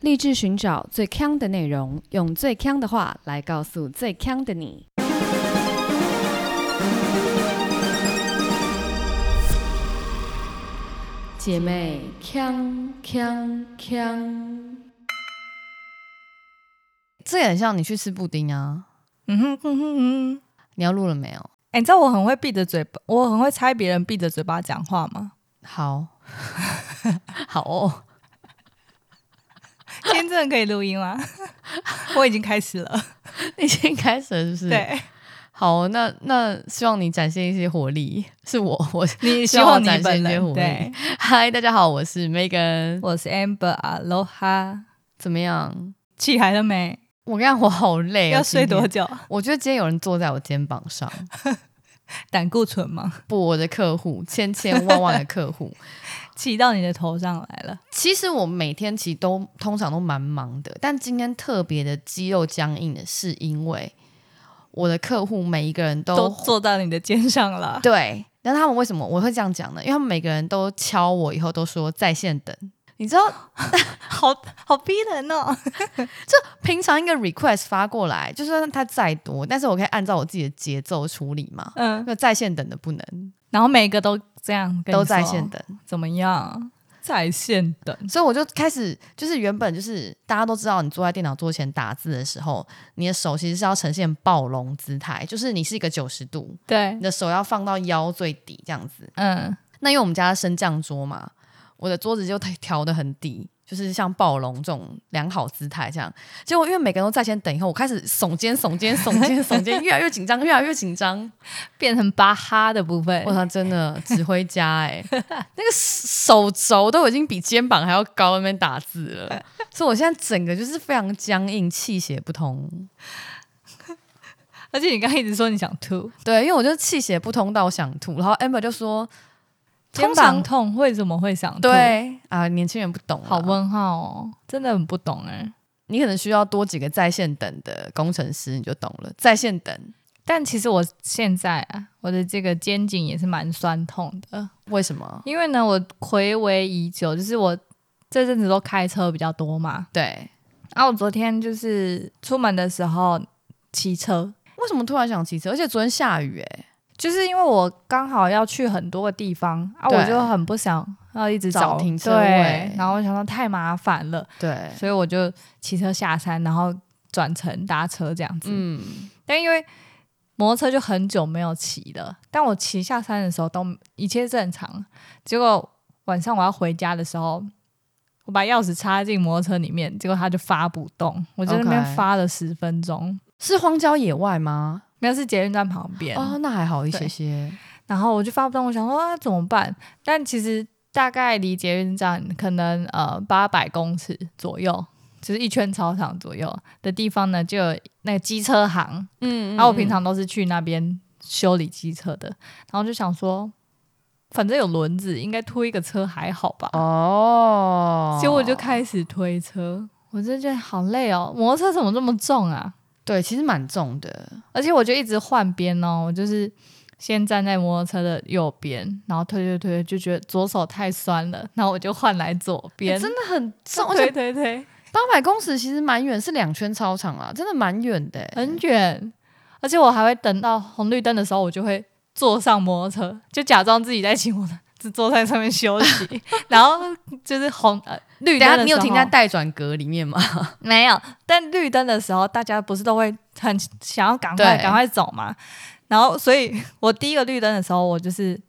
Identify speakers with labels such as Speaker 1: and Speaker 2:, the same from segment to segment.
Speaker 1: 立志寻找最强的内容，用最强的话来告诉最强的你。姐妹，强强强！
Speaker 2: 这也很像你去吃布丁啊。
Speaker 3: 嗯哼哼哼哼。
Speaker 2: 你要录了没有？
Speaker 3: 哎、你知道我很会闭着嘴巴，我很会猜别人闭着嘴巴讲话吗？
Speaker 2: 好，好哦。
Speaker 3: 今天真的可以录音吗？ 我已经开始了。
Speaker 2: 已经开始了是不是？。
Speaker 3: 对，
Speaker 2: 好，那那希望你展现一些活力。是我， 我
Speaker 3: 你
Speaker 2: 希
Speaker 3: 希
Speaker 2: 望
Speaker 3: 望
Speaker 2: 我
Speaker 3: 你
Speaker 2: 展现
Speaker 3: 本
Speaker 2: 一些
Speaker 3: 人
Speaker 2: 活
Speaker 3: 对
Speaker 2: 力。。嗨，大家好，我是 Megan。
Speaker 3: 我是 Amber Aloha，
Speaker 2: 怎么样？
Speaker 3: 起来了没？
Speaker 2: 我跟你讲，我好累、哦，
Speaker 3: 要睡
Speaker 2: 今天
Speaker 3: 多久？
Speaker 2: 我觉得今天有人坐在我肩膀上，
Speaker 3: 胆固醇吗？
Speaker 2: 不，我的客户，千千万万的客户。
Speaker 3: 骑到你的头上来了。
Speaker 2: 其实我每天其实都通常都蛮忙的，但今天特别的肌肉僵硬的是因为我的客户每一个人都
Speaker 3: 都坐到你的肩上了。
Speaker 2: 对，但他们为什么我会这样讲呢？因为他们每个人都敲我以后都说在线等。你知道，
Speaker 3: 好好逼人 哦！
Speaker 2: 平常一个 request 发过来，就算它再多，但是我可以按照我自己的节奏处理嘛。
Speaker 3: 嗯，
Speaker 2: 那在线等的不能，
Speaker 3: 然后每个都这样跟你说，
Speaker 2: 都在线等，
Speaker 3: 怎么样？在线等，
Speaker 2: 所以我就开始，就是原本就是大家都知道，你坐在电脑桌前打字的时候，你的手其实是要呈现暴龙姿态，就是你是一个九十度，
Speaker 3: 对
Speaker 2: 你，的手要放到腰最底这样子。
Speaker 3: 嗯，
Speaker 2: 那因为我们家升降桌嘛，我的桌子就调的很低，就是像暴龙这种良好姿态这样。结果因为每个人都在线等以后，我开始耸肩、耸肩、耸肩、耸肩，越来越紧张，越来越紧张。
Speaker 3: 变成巴哈的部分
Speaker 2: 我操，真的指挥家哎、 那个手肘都已经比肩膀还要高，那边打字了，所以我现在整个就是非常僵硬，气血不通。
Speaker 3: 而且你刚刚一直说你想吐，
Speaker 2: 对，因为我就气血不通到想吐，然后 Amber 就说，
Speaker 3: 肩
Speaker 2: 通
Speaker 3: 膀
Speaker 2: 常
Speaker 3: 痛为什么会想吐？，
Speaker 2: 对啊，年轻人不懂啊，
Speaker 3: 好问号哦，真的很不懂哎、
Speaker 2: 你可能需要多几个在线等的工程师，你就懂了。在线等
Speaker 3: 但其实我现在啊，我的这个肩颈也是蛮酸痛的，
Speaker 2: 为什么？
Speaker 3: 因为呢，我暌违已久，就是我这阵子都开车比较多嘛，
Speaker 2: 对，
Speaker 3: 然后我昨天就是出门的时候骑车，
Speaker 2: 为什么突然想骑车？而且昨天下雨、哎，
Speaker 3: 就是因为我刚好要去很多个地方啊，
Speaker 2: 对
Speaker 3: 我就很不想要一直
Speaker 2: 找
Speaker 3: 找
Speaker 2: 停车
Speaker 3: 对
Speaker 2: 位
Speaker 3: 然后我想说太麻烦了，
Speaker 2: 对，
Speaker 3: 所以我就骑车下山，然后转乘搭车这样子。
Speaker 2: 嗯，
Speaker 3: 但因为摩托车就很久没有骑了，但我骑下山的时候都一切正常。结果晚上我要回家的时候，我把钥匙插进摩托车里面，结果它就发不动，我就在那
Speaker 2: OK
Speaker 3: 边发了十分钟。
Speaker 2: 是荒郊野外吗？
Speaker 3: 没有是捷运站旁边
Speaker 2: 哦，那还好一
Speaker 3: 对
Speaker 2: 些些。
Speaker 3: 然后我就发不动，我想说啊怎么办？但其实大概离捷运站可能呃八百公尺左右，就是一圈操场左右的地方呢，就有那个机车行。
Speaker 2: 嗯
Speaker 3: 然后我平常都是去那边修理机车的，然后就想说，反正有轮子，应该推一个车还好吧。
Speaker 2: 哦，
Speaker 3: 结果我就开始推车，我真的觉得好累哦，摩托车怎么这么重啊？
Speaker 2: 对，其实蛮重的。
Speaker 3: 而且我就一直换边哦，我就是先站在摩托车的右边，然后推推推，就觉得左手太酸了，然后我就换来左边，
Speaker 2: 欸真的很重，而
Speaker 3: 推
Speaker 2: 且
Speaker 3: 推推，
Speaker 2: 八百公尺其实蛮远，是两圈操场啊，真的蛮远的、欸。
Speaker 3: 很远。而且我还会等到红绿灯的时候，我就会坐上摩托车，就假装自己在骑摩托，只坐在上面休 息。然后就是红呃绿
Speaker 2: 等一
Speaker 3: 灯
Speaker 2: 下
Speaker 3: 的
Speaker 2: 你
Speaker 3: 时
Speaker 2: 有
Speaker 3: 候，
Speaker 2: 停在待转格里面吗？
Speaker 3: 没有，但绿灯的时候，大家不是都会很想要赶快
Speaker 2: 对
Speaker 3: 赶快走嘛。然后，所以我第一个绿灯的时候，我就是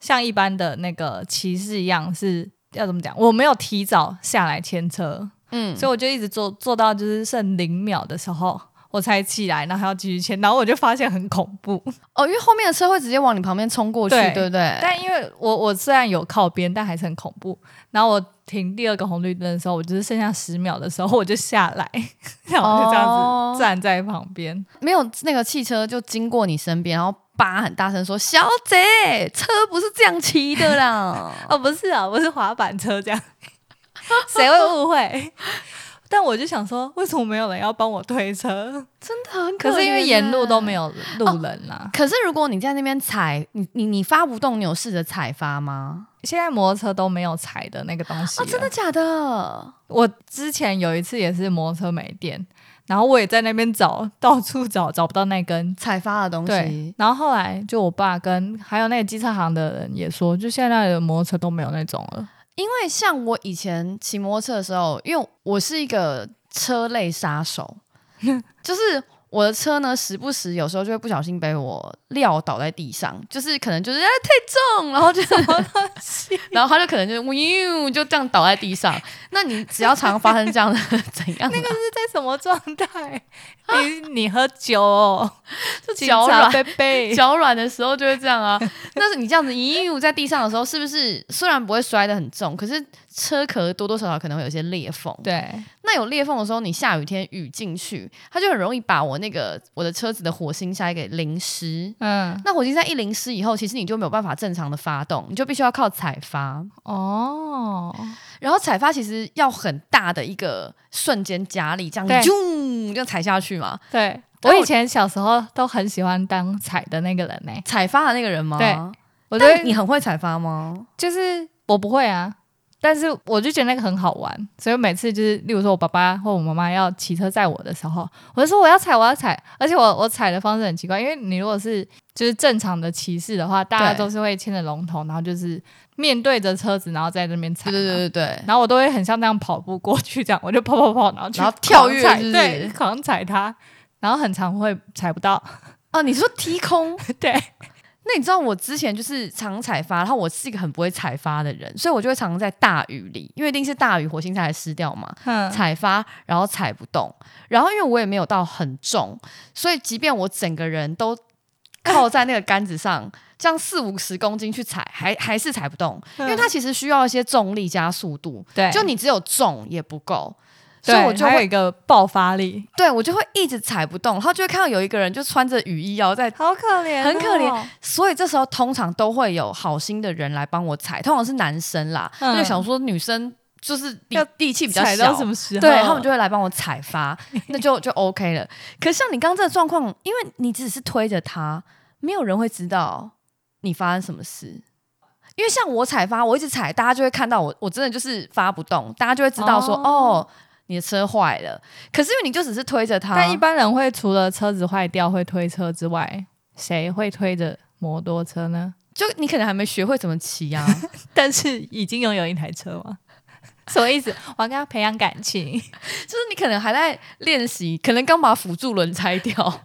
Speaker 3: 像一般的那个骑士一样，是要怎么讲？我没有提早下来牵车，
Speaker 2: 嗯，
Speaker 3: 所以我就一直坐坐到就是剩零秒的时候，我才起来，然后还要继续牵，然后我就发现很恐怖。
Speaker 2: 哦，因为后面的车会直接往你旁边冲过去，
Speaker 3: 对
Speaker 2: 对不对？
Speaker 3: 但因为我我虽然有靠边，但还是很恐怖。然后我停第二个红绿灯的时候，我就是剩下十秒的时候，我就下来， 然后我就这样
Speaker 2: 哦
Speaker 3: 子站在旁边。
Speaker 2: 没有那个汽车就经过你身边，然后叭很大声说：“小姐，车不是这样骑的啦。
Speaker 3: 哦，不是啊，我是滑板车这样，谁会误会？但我就想说，为什么没有人要帮我推 车？
Speaker 2: 真的很啊
Speaker 3: 可是因为沿路都没
Speaker 2: 有。
Speaker 3: 有路人啊啦、
Speaker 2: 可是如果你在那边踩，你你你发不动，你有试着踩发吗？
Speaker 3: 现在摩托车都没有踩的那个东西、
Speaker 2: 啊，真的，假的？
Speaker 3: 我之前有一次也是摩托车没电，然后我也在那边找，到处找找不到那根。
Speaker 2: 踩发的东
Speaker 3: 对
Speaker 2: 西，，
Speaker 3: 然后后来就我爸跟还有那个机车行的人也说，就现在的摩托车都没有那种了。
Speaker 2: 因为像我以前骑摩托车的时候，因为我是一个车类杀 手，就是我的车呢，时不时有时候就会不小心被我撂倒在地上，就是可能就是哎太重，然后就 然后他就可能就呜就这样倒在地上。那你只要常常发生这样的 怎样的、
Speaker 3: 是在什么状 态？你你喝酒、 哦，警
Speaker 2: 脚
Speaker 3: 察
Speaker 2: 软
Speaker 3: 贝 贝，
Speaker 2: 脚软的时候就会这样啊。但是你这样子咦在地上的时候，是不是虽然不会摔得很重，可是车壳多多少少可能会有一些裂缝。
Speaker 3: 对，
Speaker 2: 那有裂缝的时候，你下雨天雨进去，它就很容易把我那个我的车子的火星塞给淋湿。
Speaker 3: 嗯，
Speaker 2: 那火星塞一淋湿以后，其实你就没有办法正常的发动，你就必须要靠踩发。
Speaker 3: 哦，
Speaker 2: 然后踩发其实要很大的一个瞬间加力，这样
Speaker 3: 对
Speaker 2: 啾这样踩下去嘛。
Speaker 3: 对
Speaker 2: 但
Speaker 3: 哎我
Speaker 2: 我
Speaker 3: 以前小时候都很喜欢当踩的那个人呢、
Speaker 2: 踩发的那个人吗？
Speaker 3: 对，我
Speaker 2: 我
Speaker 3: 觉
Speaker 2: 觉得
Speaker 3: 得
Speaker 2: 你很会踩发吗？
Speaker 3: 就是我不会啊，但是我就觉得那个很好玩，所以每次就是，例如说我爸爸或我妈妈要骑车载我的时候，我就说我要踩，我要踩，而且我我踩的方式很奇怪，因为你如果是就是正常的骑士的话，大家
Speaker 2: 对
Speaker 3: 都是会牵着龙头，然后就是面对着车子，然后在那边踩
Speaker 2: 对
Speaker 3: 嘛，
Speaker 2: 对对对对。
Speaker 3: 然后我都会很像那样跑步过去，这样我就跑跑跑，然后去
Speaker 2: 然后跳跃
Speaker 3: 狂踩
Speaker 2: 是不是
Speaker 3: 对，狂踩它，然后很常会踩不 到，
Speaker 2: 哦，你说踢空？
Speaker 3: 对，
Speaker 2: 那你知道我之前就是常踩发，然后我是一个很不会踩发的人，所以我就会常常在大雨里，因为一定是大雨火星才湿掉嘛，
Speaker 3: 嗯，
Speaker 2: 踩发然后踩不动，然后因为我也没有到很重，所以即便我整个人都靠在那个杆子上，这样四五十公斤去踩，还还是踩不动，因为它其实需要一些重力加速度，
Speaker 3: 嗯对，
Speaker 2: 就你只有重也不够，所
Speaker 3: 对，
Speaker 2: 以我就
Speaker 3: 还有
Speaker 2: 会
Speaker 3: 一个爆发力，
Speaker 2: 对我就会一直踩不动，然后就会看到有一个人就穿着雨衣，然后在
Speaker 3: 好可怜
Speaker 2: 很可怜。哦所以这时候通常都会有好心的人来帮我踩，通常是男生啦，
Speaker 3: 嗯
Speaker 2: 他就想说女生就是力
Speaker 3: 要
Speaker 2: 力气比较
Speaker 3: 踩到
Speaker 2: 小
Speaker 3: 什。么时候？
Speaker 2: 对他们就会来帮我 踩发，那就就 OK 了。可是像你刚刚这个状况，因为你只是推着他，没有人会知道你发生什么事。因为像我踩发，我一直踩，大家就会看到我，我真的就是发不动，大家就会知道说，
Speaker 3: 哦
Speaker 2: 哦，你的车坏了。可是因为你就只是推着他，
Speaker 3: 但一般人会除了车子坏掉会推车之外，谁会推着摩托车呢？
Speaker 2: 就你可能还没学会怎么骑啊。
Speaker 3: 但是已经拥有一台车吗？ 什么意思？我要跟他培养感情。
Speaker 2: 就是你可能还在练习，可能刚把辅助轮拆掉。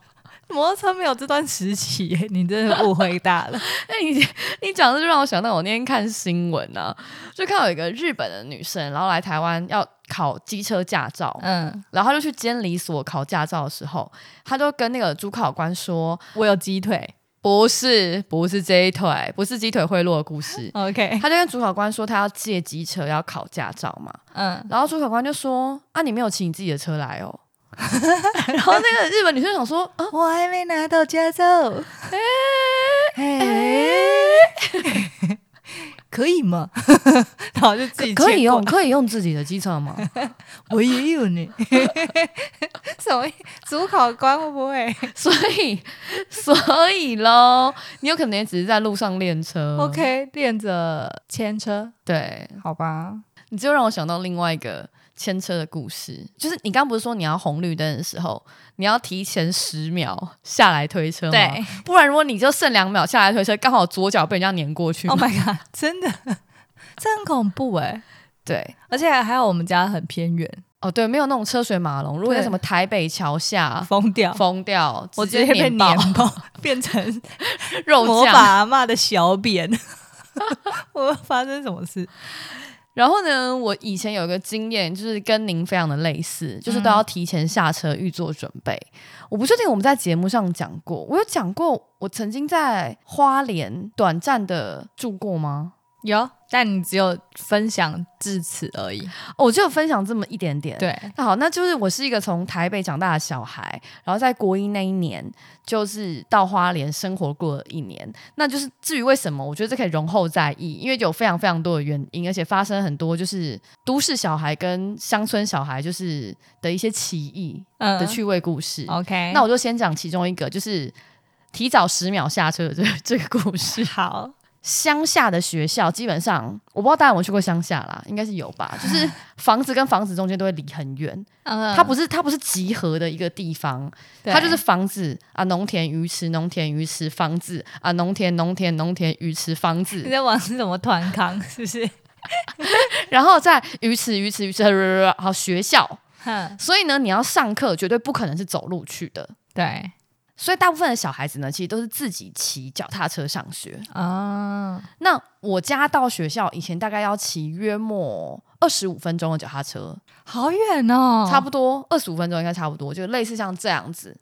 Speaker 3: 摩托车没有这段时期耶，你真的误会大了。
Speaker 2: 那你你讲的就让我想到我那天看新闻啊，就看到有一个日本的女生，然后来台湾要考机车驾照，
Speaker 3: 嗯，
Speaker 2: 然后她就去监理所考驾照的时候，她就跟那个主考官说
Speaker 3: 我有鸡腿。：“
Speaker 2: 不是，不是这一腿，不是鸡腿贿赂的故事。”
Speaker 3: OK，
Speaker 2: 她就跟主考官说她要借机车要考驾照嘛，
Speaker 3: 嗯，
Speaker 2: 然后主考官就说：“啊，你没有骑你自己的车来 哦。”然后那个日本女生想说：“啊，
Speaker 3: 我还没拿到驾照。 哎、 可以吗？ 然后就自己切过
Speaker 2: 可以用可以用自己的机 车吗？
Speaker 3: 我也有呢。 什么意？主考官会不会？
Speaker 2: 所以所以喽，你有可能也只是在路上练车。
Speaker 3: OK，练着牵车，
Speaker 2: 对，
Speaker 3: 好吧？
Speaker 2: 你就让我想到另外一个牵车的故事，就是你刚不是说你要红绿灯的时候，你要提前十秒下来推车吗？，不然如果你就剩两秒下来推车，刚好左脚被人家碾过去嘛。
Speaker 3: ，Oh my god，真的，这很恐怖哎、
Speaker 2: 对。
Speaker 3: 而且还有我们家很偏远，
Speaker 2: 哦，对，没有那种车水马龙。如果在
Speaker 3: 对
Speaker 2: 什么台北桥下
Speaker 3: 疯掉，
Speaker 2: 封掉，
Speaker 3: 我
Speaker 2: 直接
Speaker 3: 被
Speaker 2: 碾爆
Speaker 3: 碾爆，变成
Speaker 2: 肉
Speaker 3: 魔
Speaker 2: 酱
Speaker 3: 法阿嬷的小扁。 我发生什么事？
Speaker 2: 然后呢，我以前有一个经验，就是跟您非常的类似，就是都要提前下车预做准备。我不确定我们在节目上讲过，我有讲过我曾经在花莲短暂的住过吗？
Speaker 3: 有但你只有分享至此而已。
Speaker 2: 哦我就分享这么一点点。，
Speaker 3: 对，
Speaker 2: 那好，那就是我是一个从台北长大的小孩，然后在国一那一年，就是到花莲生活过了一年。那就是至于为什么，我觉得这可以容后再议，因为有非常非常多的原因，而且发生很多就是都市小孩跟乡村小孩就是的一些歧义
Speaker 3: 嗯
Speaker 2: 的趣味故事。
Speaker 3: ，OK，
Speaker 2: 那
Speaker 3: 我
Speaker 2: 我就先讲其中一个，就是提早十秒下车的这个这个故事。
Speaker 3: 好，
Speaker 2: 乡下的学校基本上，我不知道大家有没有去过乡下啦，应该是有吧。 就是房子跟房子中间都会离很远，
Speaker 3: 嗯
Speaker 2: 它不是它不是集合的一个地方，
Speaker 3: 对
Speaker 2: 它就是房子啊，农田、鱼池、农田、鱼池、房子啊，农田、农田、农田、鱼池、房
Speaker 3: 你
Speaker 2: 子，
Speaker 3: 在玩什么团康？是不是？
Speaker 2: 然后再鱼池、鱼池、鱼池，好学校。
Speaker 3: 哼，
Speaker 2: 所以呢，你要上课绝对不可能是走路去的。
Speaker 3: 对
Speaker 2: 所以大部分的小孩子呢，其实都是自己骑脚踏车上学。
Speaker 3: 啊，
Speaker 2: 那我家到学校以前大概要骑约莫二十五分钟的脚踏车，
Speaker 3: 好远哦，
Speaker 2: 差不多二十五分钟应该差不多，就类似像这样子。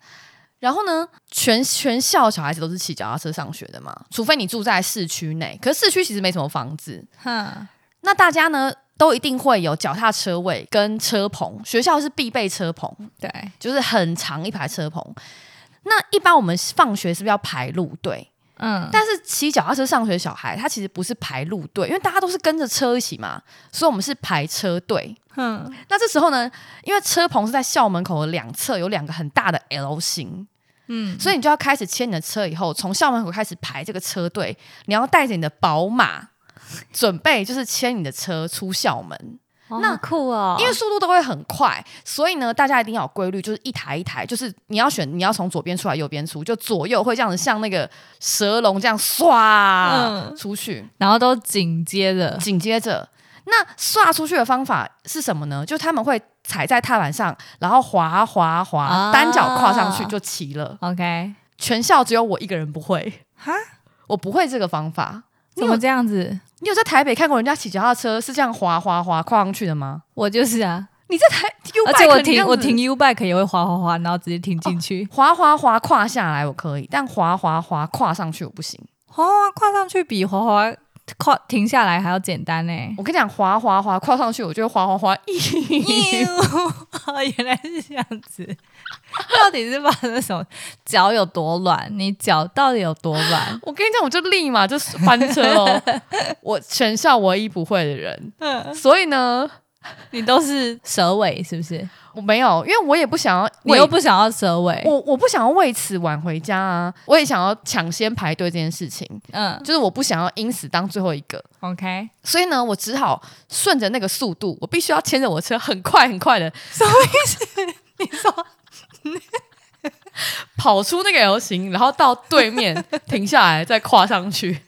Speaker 2: 然后呢，全全校小孩子都是骑脚踏车上学的嘛，除非你住在市区内。可是市区其实没什么房子，
Speaker 3: 哼，
Speaker 2: 那大家呢都一定会有脚踏车位跟车棚，学校是必备车棚，
Speaker 3: 对，
Speaker 2: 就是很长一排车棚。那一般我们放学是不是要排路队？
Speaker 3: 嗯，
Speaker 2: 但是骑脚踏车上学的小孩，他其实不是排路队，因为大家都是跟着车一起嘛，所以我们是排车队。
Speaker 3: 哼，
Speaker 2: 那这时候呢，因为车棚是在校门口的两侧有两个很大的 L 型，
Speaker 3: 嗯，
Speaker 2: 所以你就要开始牵你的车，以后从校门口开始排这个车队，你要带着你的宝马，准备就是牵你的车出校门，
Speaker 3: 哦
Speaker 2: 那
Speaker 3: 好酷哦，
Speaker 2: 因为速度都会很快，所以呢，大家一定要有规律，就是一台一台，就是你要选你要从左边出来，右边出，就左右会这样子，像那个蛇龙这样唰
Speaker 3: 嗯
Speaker 2: 出去。
Speaker 3: 然后都紧接着，
Speaker 2: 紧接着，那刷出去的方法是什么呢？就他们会踩在踏板上，然后滑滑滑，
Speaker 3: 啊
Speaker 2: 单脚跨上去就骑了。
Speaker 3: OK，
Speaker 2: 全校只有我一个人不会，
Speaker 3: 哈，
Speaker 2: 我不会这个方法。你
Speaker 3: 怎
Speaker 2: 有
Speaker 3: 么这样子？
Speaker 2: 你有在台北看过人家骑脚踏车是这样滑滑滑跨上去的吗？
Speaker 3: 我就是啊，
Speaker 2: 你在台 U
Speaker 3: 而
Speaker 2: bike
Speaker 3: 且我
Speaker 2: 你这
Speaker 3: 停
Speaker 2: 样子
Speaker 3: 我停 U bike 也会滑滑滑，然后直接停进去，
Speaker 2: 滑滑滑跨下来我可以，但滑滑滑跨上去我不行。
Speaker 3: 滑滑跨上去比滑滑跨停下来还要简单呢。
Speaker 2: 我跟你讲，滑滑滑跨上去，我就会滑滑滑， 咦，
Speaker 3: 哦，原来是这样子。到底是发生什么？脚有多软？你脚到底有多软？
Speaker 2: 我跟你讲，我就立马就翻车 哦！我全校唯一不会的人，
Speaker 3: 嗯
Speaker 2: 所以呢，
Speaker 3: 你都是蛇尾是不是？
Speaker 2: 我没有，因为我也不想要，
Speaker 3: 你又不想要蛇尾？
Speaker 2: 我我不想要为此晚回家啊，我也想要抢先排队这件事情，
Speaker 3: 嗯
Speaker 2: 就是我不想要因此当最后一个，
Speaker 3: ，OK，
Speaker 2: 所以呢，我只好顺着那个速度，我必须要牵着我车，很快很快的
Speaker 3: 你说
Speaker 2: 跑出那个 L 型，然后到对面停下来，再跨上去。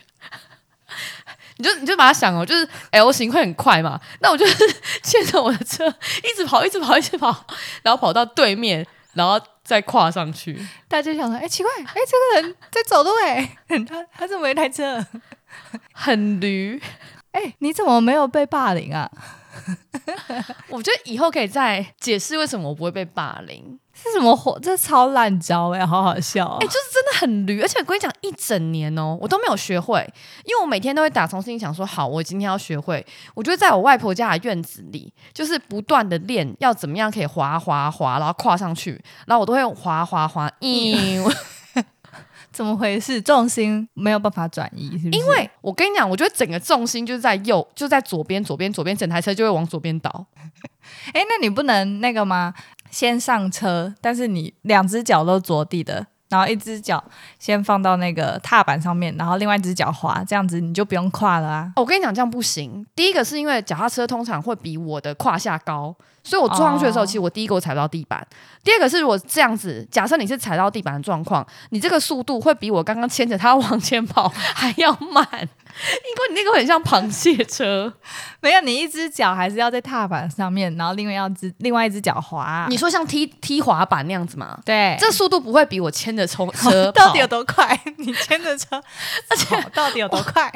Speaker 2: 你就你就把它想哦，就是 L 型会很快嘛，那我就是牵着我的车一直跑，一直跑，一直跑，然后跑到对面，然后再跨上去。
Speaker 3: 大家就想说，哎、奇怪，哎、这个人在走路哎、 他他怎么没开车？
Speaker 2: 很驴，
Speaker 3: 哎、你怎么没有被霸凌啊？
Speaker 2: 我觉得以后可以再解释为什么我不会被霸凌。
Speaker 3: 这什么火？这超烂招哎、好好笑、哦
Speaker 2: 哎、就是真的很驴，而且我跟你讲，一整年哦，我都没有学会，因为我每天都会打从心里想说，好，我今天要学会。我就会在我外婆家的院子里，就是不断的练要怎么样可以滑滑滑，然后跨上去，然后我都会滑滑滑，因为
Speaker 3: 怎么回事？重心没有办法转移，是不是？
Speaker 2: 因为我跟你讲，我觉得整个重心就是在右，就在左边，左边，左边，整台车就会往左边倒。
Speaker 3: 哎，那你不能那个吗？先上车，但是你两只脚都着地的，然后一只脚先放到那个踏板上面，然后另外一只脚滑，这样子你就不用跨了啊。
Speaker 2: 哦我跟你讲，这样不行。第一个是因为脚踏车通常会比我的胯下高，所以我撞上去的时候，
Speaker 3: 哦
Speaker 2: 其实我第一个我踩不到地板。第二个是我这样子，假设你是踩到地板的状况，你这个速度会比我刚刚牵着它 往前跑还要慢，因为你那个很像螃蟹车。
Speaker 3: 没有，你一只脚还是要在踏板上面，然后另外要只另外一只脚滑啊、
Speaker 2: 你说像踢踢滑板那样子吗？
Speaker 3: 对，
Speaker 2: 这速度不会比我牵着冲 车
Speaker 3: 到
Speaker 2: 跑
Speaker 3: 底有多快？你牵着 车，而且到底有多快？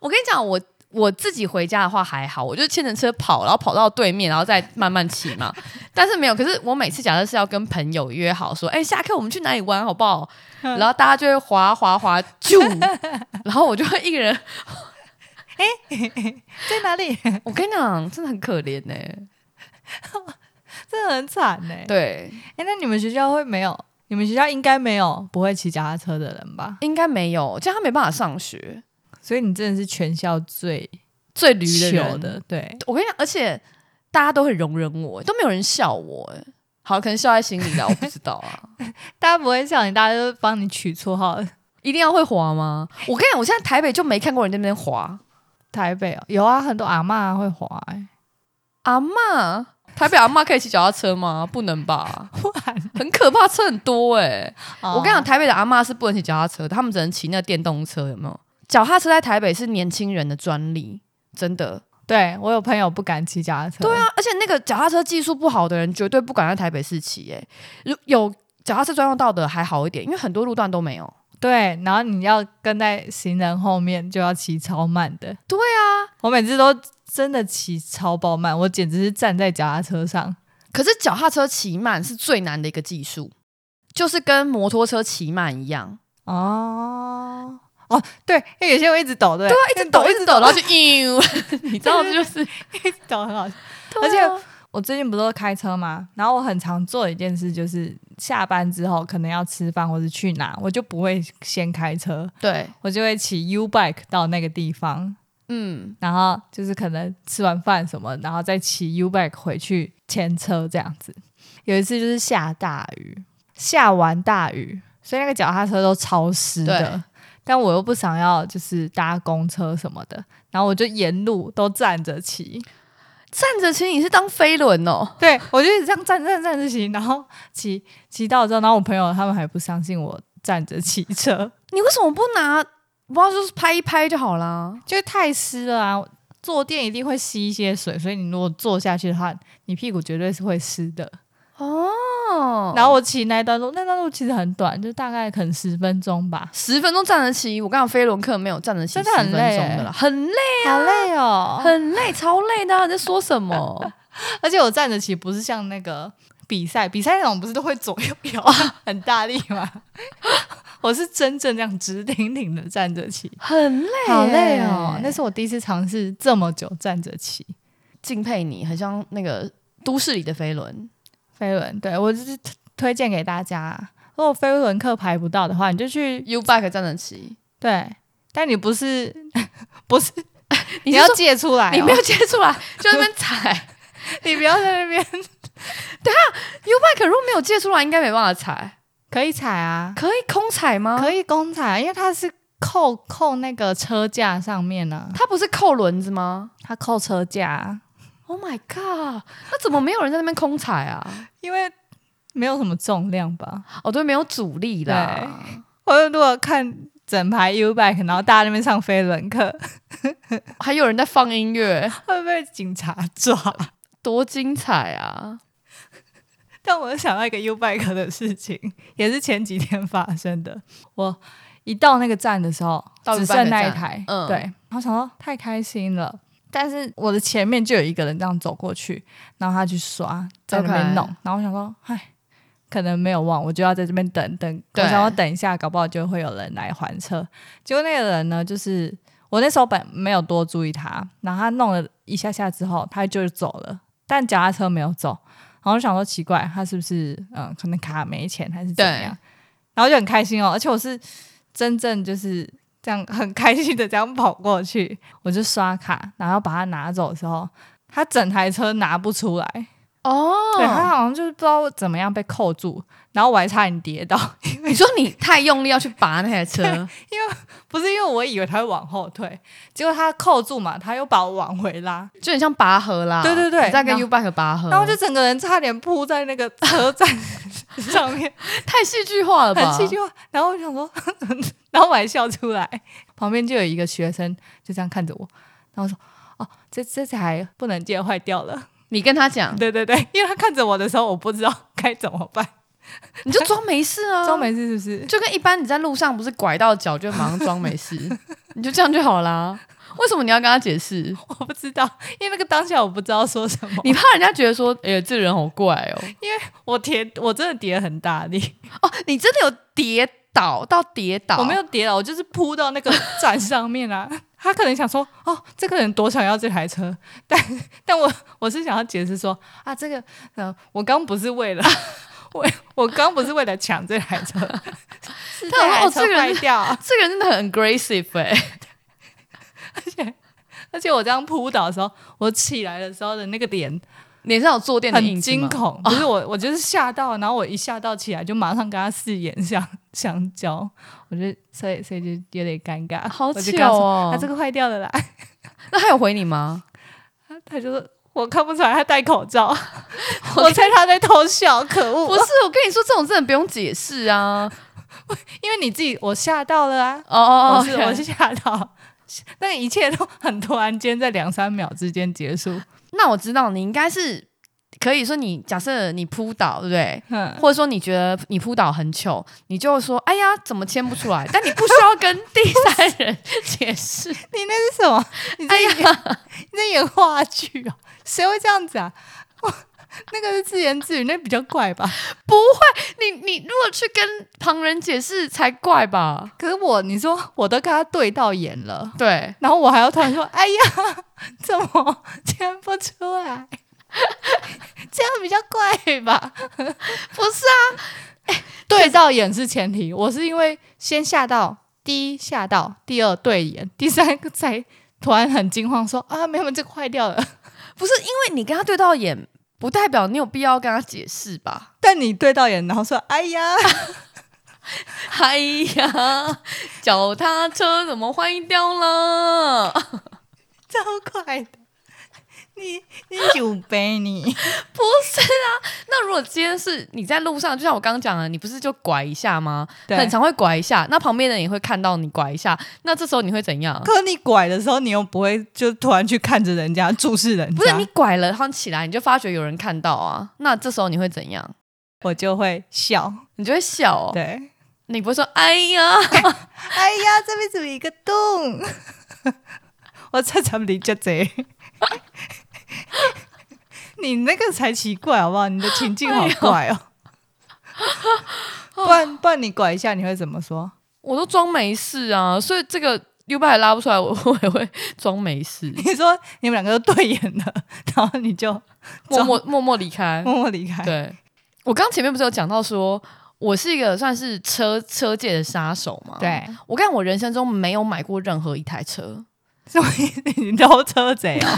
Speaker 2: 我跟你讲，我我自己回家的话还好，我就牵着车跑，然后跑到对面，然后再慢慢骑 嘛。但是没有，可是我每次假设是要跟朋友约好说，哎、下课我们去哪里玩好不好？
Speaker 3: 嗯
Speaker 2: 然后大家就会滑滑滑，啾，然后我就会一个人
Speaker 3: 哎、在哪里？
Speaker 2: 我跟你讲，真的很可怜欸呢、
Speaker 3: 真的很惨呢、欸。
Speaker 2: 对，
Speaker 3: 哎、那你们学校会没有？你们学校应该没有不会骑脚踏车的人吧？
Speaker 2: 应该没有，这样他没办法上学，
Speaker 3: 所以你真的是全校最
Speaker 2: 最驴的
Speaker 3: 糗
Speaker 2: 人。
Speaker 3: 的， 对，
Speaker 2: 我跟你讲，而且大家都很容忍我，都没有人笑我。哎，好，可能笑在心里了，我不知道啊。
Speaker 3: 大家不会笑你，大家都帮你取绰号。
Speaker 2: 一定要会滑吗？我跟你讲，我现在台北就没看过人在那边滑。
Speaker 3: 台北哦，有啊，很多阿嬷会滑、欸，
Speaker 2: 阿嬷，台北阿嬷可以骑脚踏车吗？不能吧，
Speaker 3: 不然
Speaker 2: 很可怕，车很多哎、我跟你讲，
Speaker 3: 哦，
Speaker 2: 台北的阿嬷是不能骑脚踏车的，他们只能骑那电动车，有没有？脚踏车在台北是年轻人的专利，真的。
Speaker 3: 对我有朋友不敢骑脚踏车，
Speaker 2: 对啊，而且那个脚踏车技术不好的人，绝对不敢在台北市骑、欸。如有脚踏车专用道的还好一点，因为很多路段都没有。
Speaker 3: 对，然后你要跟在行人后面，就要骑超慢的。
Speaker 2: 对啊，
Speaker 3: 我每次都真的骑超爆慢，我简直是站在脚踏车上。
Speaker 2: 可是脚踏车骑慢是最难的一个技术，就是跟摩托车骑慢一样。
Speaker 3: 哦哦，对，因为有些人会一直抖，对，对
Speaker 2: 对啊，一直抖，一直抖，然后就呦，你知道这就是。
Speaker 3: 一直抖，很好笑。
Speaker 2: 而且
Speaker 3: 我最近不都开车吗？然后我很常做一件事，就是下班之后可能要吃饭或者去哪，我就不会先开车，
Speaker 2: 对，
Speaker 3: 我就会骑 U bike 到那个地方，
Speaker 2: 嗯，
Speaker 3: 然后就是可能吃完饭什么，然后再骑 U bike 回去牵车这样子。有一次就是下大雨，下完大雨，所以那个脚踏车都潮湿的
Speaker 2: 对。
Speaker 3: 但我又不想要，就是搭公车什么的，然后我就沿路都站着骑，
Speaker 2: 站着骑你是当飞轮哦。
Speaker 3: 对我就一直这样站站站着骑，然后骑骑到之后，然后我朋友他们还不相信我站着骑车，
Speaker 2: 你为什么不拿？不要就是拍一拍就好啦。
Speaker 3: 就太湿了啊！坐垫一定会吸一些水，所以你如果坐下去的话，你屁股绝对是会湿的。
Speaker 2: 哦，
Speaker 3: 然后我骑那一段路，那段路其实很短，就大概可能十分钟吧，
Speaker 2: 十分钟站着骑，我刚刚飞轮课没有站着骑
Speaker 3: 真
Speaker 2: 十
Speaker 3: 的很
Speaker 2: 分钟
Speaker 3: 累
Speaker 2: 的啦，很累，
Speaker 3: 好累哦！
Speaker 2: 很累，超累的啊、你在说什么？
Speaker 3: 而且我站着骑不是像那个比赛，比赛那种不是都会左右 摇，很大力吗？ 我是真正这样直挺挺的站着骑，
Speaker 2: 很累，
Speaker 3: 好累哦！那是我第一次尝试这么久站着骑
Speaker 2: 敬佩你，很像那个都市里的飞轮。
Speaker 3: 飞轮，对我就是推推荐给大家。如果飞轮课排不到的话，你就去
Speaker 2: U bike 站着骑，
Speaker 3: 对，但你不是不是，你
Speaker 2: 你是
Speaker 3: 要
Speaker 2: 说
Speaker 3: 借出来哦、
Speaker 2: 你没有接触啊， 就在那边 踩
Speaker 3: 你不要在那边
Speaker 2: U bike，如果没有借出来，应该没办法踩。
Speaker 3: 可以踩啊，
Speaker 2: 可以空踩吗？
Speaker 3: 可以公踩啊，因为它是扣扣那个车架上面啊呢、
Speaker 2: 它不是扣轮子吗
Speaker 3: 它扣车架啊，
Speaker 2: ？Oh my god！那怎么没有人在那边空踩啊？
Speaker 3: 因为没有什么重量吧。
Speaker 2: 哦，对，没有阻力啦。
Speaker 3: 我如果看整排 U bike，然后大家在那边上飞轮课，
Speaker 2: 还有人在放音乐，
Speaker 3: 会不会被警察抓？
Speaker 2: 多精彩啊！
Speaker 3: 但我想到一个 U bike 的事情，也是前几天发生的。我一到那个站的时候，
Speaker 2: 到
Speaker 3: 只
Speaker 2: U-bike
Speaker 3: 剩那一
Speaker 2: 站
Speaker 3: 台，
Speaker 2: 嗯
Speaker 3: 对，然后想说太开心了。但是我的前面就有一个人这样走过去，然后他去刷，在那边
Speaker 2: OK
Speaker 3: 弄然后我想说，唉，可能没有忘，我就要在这边等等。我
Speaker 2: 对
Speaker 3: 想要等一下，搞不好就会有人来还车。结果那个人呢，就是我那时候本没有多注意他，然后他弄了一下下之后，他就走了，但脚踏车没有走。然后我就想说奇怪，他是不是嗯、呃可能卡没钱还是怎么样？然后就很开心哦，而且我是真正就是这样很开心的这样跑过去，我就刷卡，然后把它拿走的时候，他整台车拿不出来，对他
Speaker 2: 哦，
Speaker 3: 好像就是不知道怎么样被扣住，然后我还差点跌倒，
Speaker 2: 你说你太用力要去拔那台车，
Speaker 3: 不是因为我以为他会往后退，结果他扣住嘛，他又把我往回拉，
Speaker 2: 就很像拔河啦。
Speaker 3: 对对对
Speaker 2: 你在
Speaker 3: 然
Speaker 2: 跟
Speaker 3: 后
Speaker 2: U bike 拔河，
Speaker 3: 然后我就整个人差点扑在那个车 站上面，
Speaker 2: 太戏剧化了吧？
Speaker 3: 很戏剧化。然后我想说，然后我还笑出来。旁边就有一个学生就这样看着我，然后说：“哦，这这台不能借，坏掉了。
Speaker 2: 你跟他讲，
Speaker 3: 对对对，因为他看着我的时候，我不知道该怎么办。
Speaker 2: 你就装没事啊，
Speaker 3: 装，没事是不是？
Speaker 2: 就跟一般你在路上不是拐到脚就马上装没事， 你就这样就好啦。为什么你要跟他解释？
Speaker 3: 我不知道，因为那个当下我不知道说什么。
Speaker 2: 你怕人家觉得说，哎、这人好怪哦。
Speaker 3: 我跌，我真的跌很大力，
Speaker 2: 哦，你真的有跌倒到跌倒，
Speaker 3: 我没有跌了，我就是扑到那个站上面啊。 他可能想说，哦，这个人多想要这台车， 但但我我是想要解释说，啊，这个，呃，我刚不是为了 为我刚不是为了抢这台 车，是这
Speaker 2: 他想
Speaker 3: 台
Speaker 2: 说哦
Speaker 3: 车
Speaker 2: 这个人
Speaker 3: 坏掉，
Speaker 2: 这个人真的很 aggressive 哎、
Speaker 3: 而且我这样扑倒的时候，我起来的时候的那个脸
Speaker 2: 脸上有坐垫的
Speaker 3: 很
Speaker 2: 印记
Speaker 3: 惊
Speaker 2: 吗？
Speaker 3: 恐，不是我，我就是吓到，然后我一吓到起来就马上跟他 四眼相相交，我觉得所以所以就有点尴尬，
Speaker 2: 好
Speaker 3: 我就跟他
Speaker 2: 巧
Speaker 3: 说
Speaker 2: 哦
Speaker 3: 他这个坏掉了啦，
Speaker 2: 那他有回你吗？
Speaker 3: 他就说我看不出来他戴口罩， 我猜他在偷笑，可
Speaker 2: 不
Speaker 3: 恶！
Speaker 2: 是，我跟你说，这种真的不用解释啊。
Speaker 3: 因为你自己我吓到了啊，
Speaker 2: 哦哦哦，
Speaker 3: 我是我是吓到，那一切都很突然间，在两三秒之间结束，
Speaker 2: 那我知道你应该是可以说你假设你扑倒，对不对？
Speaker 3: 嗯，
Speaker 2: 或者说你觉得你扑倒很糗，你就会说：“哎呀，怎么牵不出来？” 但你不需要跟第三人解 释。哎
Speaker 3: 你那是什么？你在演、你在演话剧哦？谁会这样子啊？ 我那个是自言自语，那比较怪吧？
Speaker 2: 你你如果去跟旁人解释才怪吧？
Speaker 3: 可是我，你说我都跟他对到眼了，
Speaker 2: 对，
Speaker 3: 然后我还要突然说：“哎呀， 怎么牵不出来？” 这样比较怪吧？
Speaker 2: 不是啊，
Speaker 3: 对到眼是前提，我是因为先吓到，第一吓到，第二对眼，第三个才突然很惊慌说：“啊，没有，这个坏掉了。”
Speaker 2: 不是因为你跟他对到眼，不代表你有必要跟他解释吧？
Speaker 3: 但你对到眼，然后说：“哎呀。”
Speaker 2: 哎呀，脚踏车怎么坏掉了？
Speaker 3: 超快的。你你有病 你？
Speaker 2: 不是啊， 那如果今天是你在路上，就像我刚刚讲的，你不是就拐一下吗？
Speaker 3: 对
Speaker 2: 很常会拐一下，那旁边的人也会看到你拐一下，那这时候你会怎样？
Speaker 3: 可你拐的时候，你又不会就突然去看着人家注视人家，
Speaker 2: 不是你拐了，他们起来，你就发觉有人看到啊，那这时候你会怎样？
Speaker 3: 我就会笑。
Speaker 2: 你就会笑哦，
Speaker 3: 对，
Speaker 2: 你不会说哎呀，
Speaker 3: 哎呀，这边怎么一个洞？ 我这怎么离这贼？ 你那个才奇怪好不好？你的情境好
Speaker 2: 哎
Speaker 3: 怪哦。不然不然你拐一下，你会怎么说？
Speaker 2: 我都装没事啊，所以这个 U 拜拉不出来，我 我也会装没 事，
Speaker 3: 你说你们两个都对眼了，然后你就
Speaker 2: 默默默默离开。
Speaker 3: 默默离开。
Speaker 2: 对，我刚前面不是有讲到说，我是一个算是车车界的杀手嘛，。
Speaker 3: 对，
Speaker 2: 我看我人生中没有买过任何一台车，
Speaker 3: 所以 你偷车贼哦？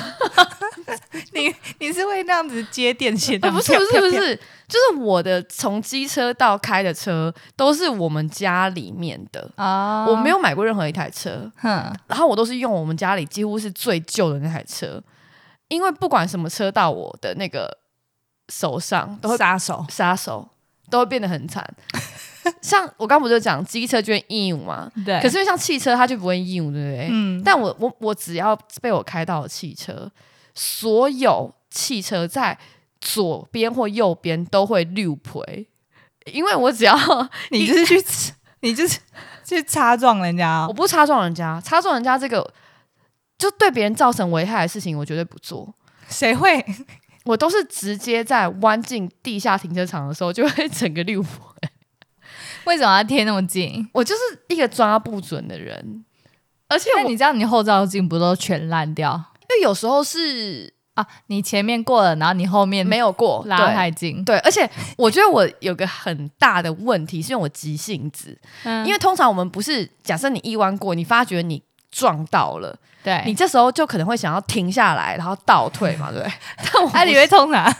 Speaker 3: 你你是会那样子接电线的、
Speaker 2: 呃，不是不是不，是，就是我的从机车到开的车都是我们家里面的，
Speaker 3: 啊
Speaker 2: 我没，有买过任何一台车，
Speaker 3: 哼，
Speaker 2: 然后我都是用我们家里几乎是最旧的那台车，因为不管什么车到我的那个手上都会
Speaker 3: 杀手，
Speaker 2: 杀手，都会变得很惨。像我刚不就讲机车就会硬嘛，
Speaker 3: 对，
Speaker 2: 可是因为像汽车它就不会硬，对不对？
Speaker 3: 嗯，
Speaker 2: 但我我我只要被我开到的汽车，所有汽车在左边或右边都会六赔，因为我只要
Speaker 3: 你就是去吃，你就是去擦撞人家、
Speaker 2: 我
Speaker 3: 哦，
Speaker 2: 不插撞人家，插撞人家这个就对别人造成危害的事情，我绝对不做。
Speaker 3: 谁会？
Speaker 2: 我都是直接在弯进地下停车场的时候，就会 整个六婆。
Speaker 3: 为什么要贴那么近？
Speaker 2: 我就是一个抓不准的人，而且我
Speaker 3: 那
Speaker 2: 因
Speaker 3: 你这样，你后照镜不都全烂掉
Speaker 2: 为有时候是
Speaker 3: 啊？你前面过了，然后你后面
Speaker 2: 没有过
Speaker 3: 嗯拉
Speaker 2: 对
Speaker 3: 太近，
Speaker 2: 对，而且我觉得我有个很大的问题，是因为我急性子。
Speaker 3: 嗯
Speaker 2: 因为通常我们不是假设你一弯过，你发觉你撞到了，
Speaker 3: 对
Speaker 2: 你这时候就可能会想要停下来，然后倒退嘛，对 不对？但我
Speaker 3: 啊，
Speaker 2: 不
Speaker 3: 你
Speaker 2: 是
Speaker 3: 会冲 哪？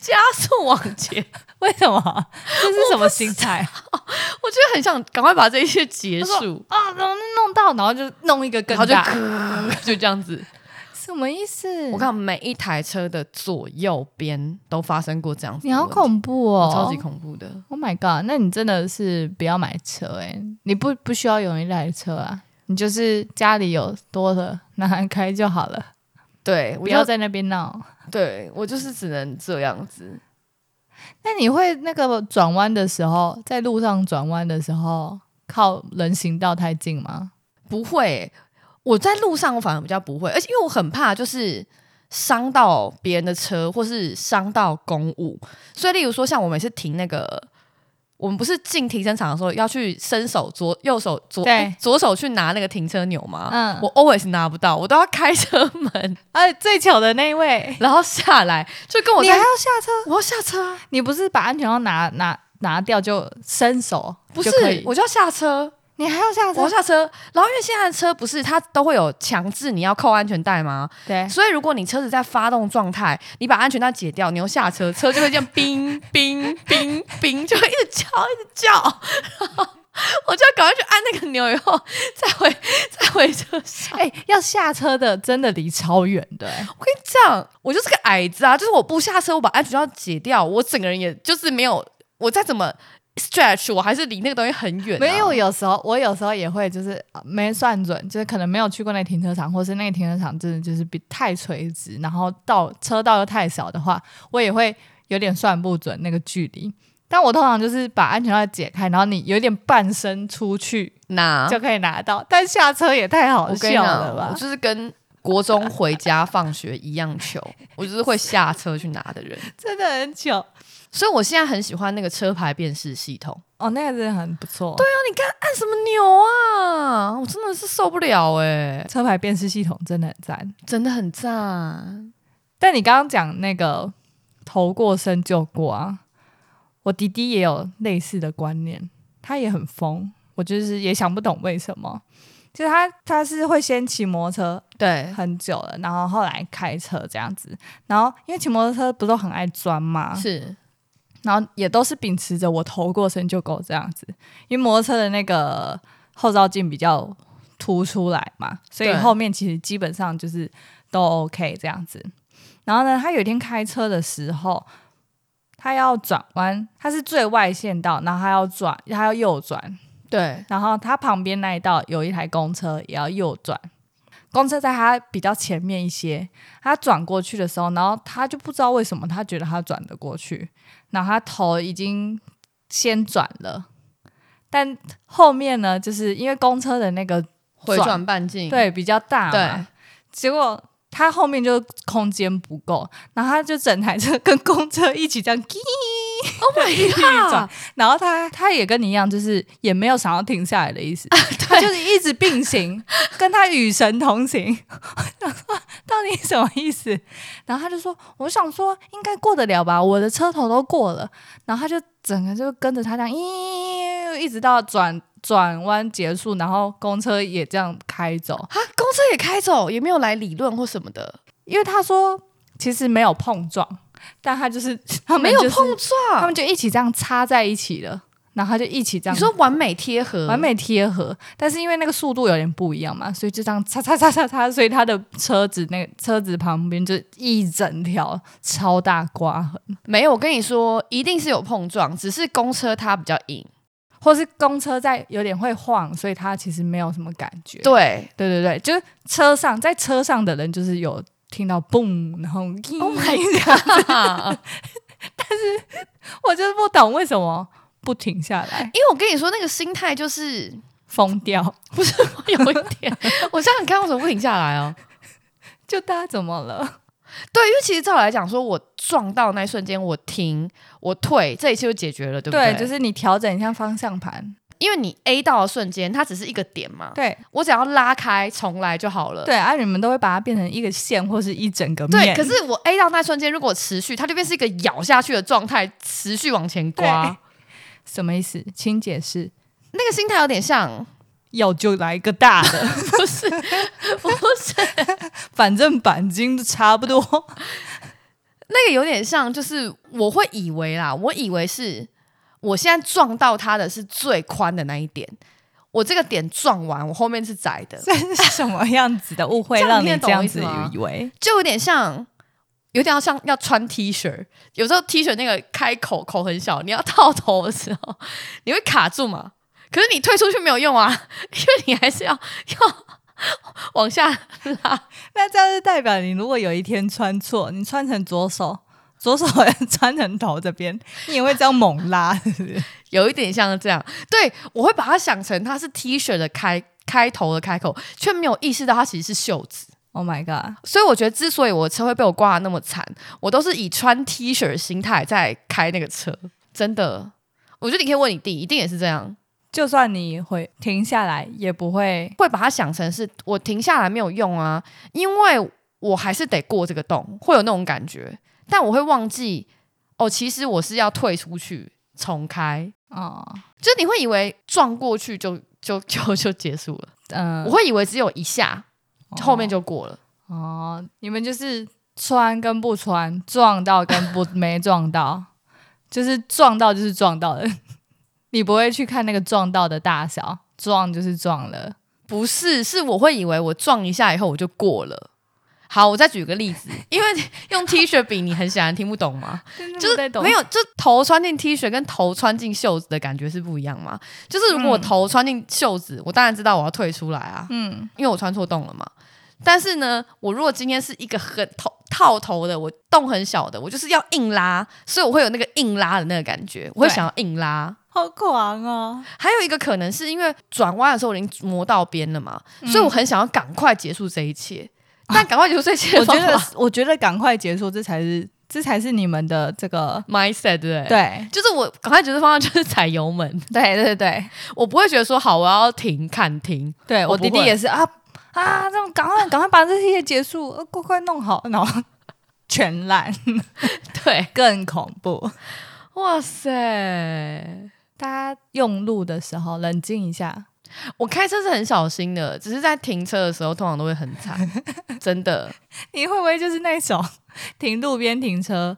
Speaker 2: 加速往前，
Speaker 3: 为什么？这是什么心态？
Speaker 2: 我觉得很想赶快把这一切结束，
Speaker 3: 啊，然后弄到，然后就弄一个
Speaker 2: 然
Speaker 3: 更
Speaker 2: 后就
Speaker 3: 大， 嗯
Speaker 2: 就这样子。
Speaker 3: 什么意思？
Speaker 2: 我看每一台车的左右边都发生过这样子，
Speaker 3: 你好恐怖
Speaker 2: 怖
Speaker 3: 哦，
Speaker 2: 超级恐怖的。
Speaker 3: Oh my god！那你真的是不要买车哎、你不不需要有一台车啊，你就是家里有多的拿来开就好了，
Speaker 2: 对，我
Speaker 3: 不要
Speaker 2: 就
Speaker 3: 在那边闹。
Speaker 2: 对我就是只能这样子。
Speaker 3: 那你会那个转弯的时候，在路上转弯的时候靠人行道太近吗？
Speaker 2: 不会欸，我在路上我反而比较不会，而且因为我很怕就是伤到别人的车，或是伤到公物。所以，例如说，像我每次停那个我们不是进停车场的时候要去伸手左右手左
Speaker 3: 对
Speaker 2: 诶左手去拿那个停车钮吗？
Speaker 3: 嗯
Speaker 2: 我 always 拿不到，我都要开车门，
Speaker 3: 而且最糗的那一位，
Speaker 2: 然后下来就跟我
Speaker 3: 你还
Speaker 2: 在
Speaker 3: 要，下车？
Speaker 2: 我要下车啊，
Speaker 3: 你不是把安全帽拿拿拿掉就伸手
Speaker 2: 不
Speaker 3: 就是可以，
Speaker 2: 我就要下车，
Speaker 3: 你还要下
Speaker 2: 我要
Speaker 3: 车？
Speaker 2: 下车。然后因为现在的车不是它都会有强制你要扣安全带吗？
Speaker 3: 对，
Speaker 2: 所以如果你车子在发动状态，你把安全带解掉，你又下车，车就会这 样冰冰冰冰，就会一直叫一直 叫。然后我就要赶快去按那个钮，以后再回 再回车上。
Speaker 3: 哎、要下车的真的离超远的、哎
Speaker 2: 我跟你讲，我就是个矮子啊，就是我不下车，我把安全带解掉，我整个人也就是没有，我再怎么 stretch，我还是离那个东西很远、啊
Speaker 3: 没有，，有时候我有时候也会就是呃没算准，就是可能没有去过那停车场，或是那个停车场真的就是比太垂直，然后道车道又太少的话，我也会有点算不准那个距离。但我通常就是把安全带解开，然后你有点半身出去
Speaker 2: 那
Speaker 3: 就可以拿到，但下车也太好
Speaker 2: 我跟你
Speaker 3: 笑
Speaker 2: 讲
Speaker 3: 了，
Speaker 2: 啊哦我
Speaker 3: 吧？
Speaker 2: 就是跟国中回家放学一样糗，我就是会下车去拿的人。
Speaker 3: 真的很糗
Speaker 2: 所以我现在很喜欢那个车牌辨识系统。
Speaker 3: 哦，那个真的很不错。对，
Speaker 2: 按什么钮啊？我真的是受不了哎、
Speaker 3: 车牌辨识系统真的很赞。
Speaker 2: 真的很赞。
Speaker 3: 但你刚刚讲那个头过身就过啊，我弟弟也有类似的观念，他也很疯，我就是也想不懂为什么。就是他，他是会先骑摩托车
Speaker 2: 对，
Speaker 3: 很久了，然后后来开车这样子，然后因为骑摩托车不都很爱钻嘛，
Speaker 2: 是
Speaker 3: 然后也都是秉持着我头过身就够这样子，因为摩托车的那个后照镜比较凸出来嘛，所以
Speaker 2: 对
Speaker 3: 后面其实基本上就是都 OK 这样子。然后呢，他有一天开车的时候，他要转弯，他是最外线道，然后他要转，他要右转，
Speaker 2: 对，
Speaker 3: 然后他旁边那一道有一台公车也要右转，公车在他比较前面一些，他转过去的时候，然后他就不知道为什么，他觉得他转得过去，然后他头已经先转了，但后面呢，就是因为公车的那个
Speaker 2: 回
Speaker 3: 转
Speaker 2: 转半径，
Speaker 3: 对比较大
Speaker 2: 对啊
Speaker 3: 嘛，结果。他后面就空间不够，然后他就整台车跟公车一起这样，
Speaker 2: ，Oh
Speaker 3: 转
Speaker 2: my god！
Speaker 3: 然后他他也跟你一样，就是也没有想要停下来的意
Speaker 2: 啊
Speaker 3: 思，他就是一直并 行，跟他与神同行。 我想说到底什么意思？然后他就说，我想说应该过得了吧，我的车头都过了。然后他就整个就跟着他这样，咦，一直到转转弯结束，然后公车也这样开走，
Speaker 2: 啊，公车也开走，也没有来理论或什么的，
Speaker 3: 因为他说其实没有碰撞，但他就是他们
Speaker 2: 没有
Speaker 3: 就是
Speaker 2: 碰
Speaker 3: 他
Speaker 2: 撞。
Speaker 3: 们就一起这样插在一起了。然后他就一起这样，
Speaker 2: 你说完美贴合，
Speaker 3: 完美贴合，但是因为那个速度有点不一样嘛，所以就这样擦擦擦擦擦，所以他的车子那个车子旁边就一整条超大刮痕，
Speaker 2: 没有？我跟你说，一定是有碰撞，只是公车它比较硬。
Speaker 3: 或是公车在有点会晃，所以他其实没有什么感觉。
Speaker 2: 对
Speaker 3: 对对对，就是车上在车上的人就是有听到嘣，然后
Speaker 2: ，Oh
Speaker 3: 我就是不懂为什么不停下 来，
Speaker 2: 因为我跟你说，那个心态 就是
Speaker 3: 疯掉，
Speaker 2: 有一点， 我想想看，为什么不停下来哦？
Speaker 3: 就大家怎么了？
Speaker 2: 对，因为其实照理来讲，说我撞到那一瞬间，我停，我退，这一切就解决了，对不对？
Speaker 3: 就是你调整一下方向盘，
Speaker 2: 因为你 A 到的瞬间，它只是一个点嘛，
Speaker 3: 对
Speaker 2: 我只要拉开重来就好了。
Speaker 3: 对啊，你们都会把它变成一个线或是一整个
Speaker 2: 对，
Speaker 3: 面，
Speaker 2: 可是我 A 到那瞬间，如果持续，它就变是一个咬下去的状态，持续往前刮
Speaker 3: 对。什么意思？请解释。
Speaker 2: 那个心态有点像，
Speaker 3: 要就来个大 的，
Speaker 2: 不是不是，
Speaker 3: 反正钣金都差不多。
Speaker 2: 那个有点像，就是我会以为啦，我以为是我现在撞到它的是最宽的那一点，我这个点撞完，我后面是窄的，
Speaker 3: 这是什么样子的误会
Speaker 2: 这样
Speaker 3: 让
Speaker 2: 你
Speaker 3: 你
Speaker 2: 听得
Speaker 3: 这样子
Speaker 2: 懂我意思吗
Speaker 3: 以为？
Speaker 2: 就有点像，有点要像要穿 T 恤，有时候 T 恤那个开口口很小，你要套头的时候，你会卡住嘛？可是你退出去没有用啊， 因为你还是要 要往下拉。
Speaker 3: 那这样就代表你如果有一天穿错，你穿成左手，左手穿成头这边，你也会这样猛拉，是不是？
Speaker 2: 有一点像这样，对我会把它想成它是 T 恤的开开头的开口，却没有意识到它其实是袖子。
Speaker 3: Oh my god！
Speaker 2: 所以我觉得，之所以我的车会被我刮的那么惨，我都是以穿 T 恤的心态在开那个车，真的。我觉得你可以问你弟，一定也是这样，
Speaker 3: 就算你回停下来，也不会
Speaker 2: 会把它想成是我停下来没有用啊，因为我还是得过这个洞，会有那种感觉，但我会忘记哦，其实我是要退出去重开，
Speaker 3: 哦，
Speaker 2: 就是你会以为撞过去就就就就结束了，
Speaker 3: 嗯、
Speaker 2: 我会以为只有一下，后面
Speaker 3: 就。
Speaker 2: 就过了。
Speaker 3: 哦，你们就是穿跟不穿，撞到跟不没撞到， 就是撞到就是撞到了， 你不会去看那个撞到的大小，撞就是撞了。
Speaker 2: 不是，是我会以为我撞一下以后我就过了。好，我再举个例子，因为 用 T 恤比你很显然听不懂嘛，就是没
Speaker 3: 有
Speaker 2: 有，就头穿进 T 恤跟头穿进袖子的感觉是不一样嘛。就是如果我
Speaker 3: 嗯
Speaker 2: 头穿进袖子，我当然知道我要退出 来啊，
Speaker 3: 嗯
Speaker 2: 因为我穿错洞了嘛。但是呢，我如果今天是一个很头套头的，我洞很小的，我就是要硬拉，所以我会有那个硬拉的那个感觉，我会
Speaker 3: 对
Speaker 2: 想要硬拉。
Speaker 3: 好狂哦，
Speaker 2: 还有一个可能是因为转弯的时候我已经磨到边了嘛，
Speaker 3: 嗯
Speaker 2: 所以我很想要赶快结束这一切。但赶快结束这一切
Speaker 3: 啊我
Speaker 2: 的
Speaker 3: 觉
Speaker 2: 方
Speaker 3: 得
Speaker 2: 法
Speaker 3: 我觉得赶快结束，这才是这才是你们的这个
Speaker 2: mindset 对不对？，
Speaker 3: 对
Speaker 2: 就是我赶快结束方法就是踩油门，
Speaker 3: 对对对
Speaker 2: 我不会觉得说好我要停看停，
Speaker 3: 对，
Speaker 2: 我
Speaker 3: 我
Speaker 2: 不
Speaker 3: 弟弟
Speaker 2: 会
Speaker 3: 也是啊啊，这种赶快赶快把这些结束，呃快快弄好，然后 全烂，
Speaker 2: 对，
Speaker 3: 更恐怖。
Speaker 2: 哇塞，
Speaker 3: 大家用路的时候冷静一下，
Speaker 2: 我开车是很小心的，只是在停车的时候通常都会很 惨，真的。
Speaker 3: 你会不会就是那种 停路边停车，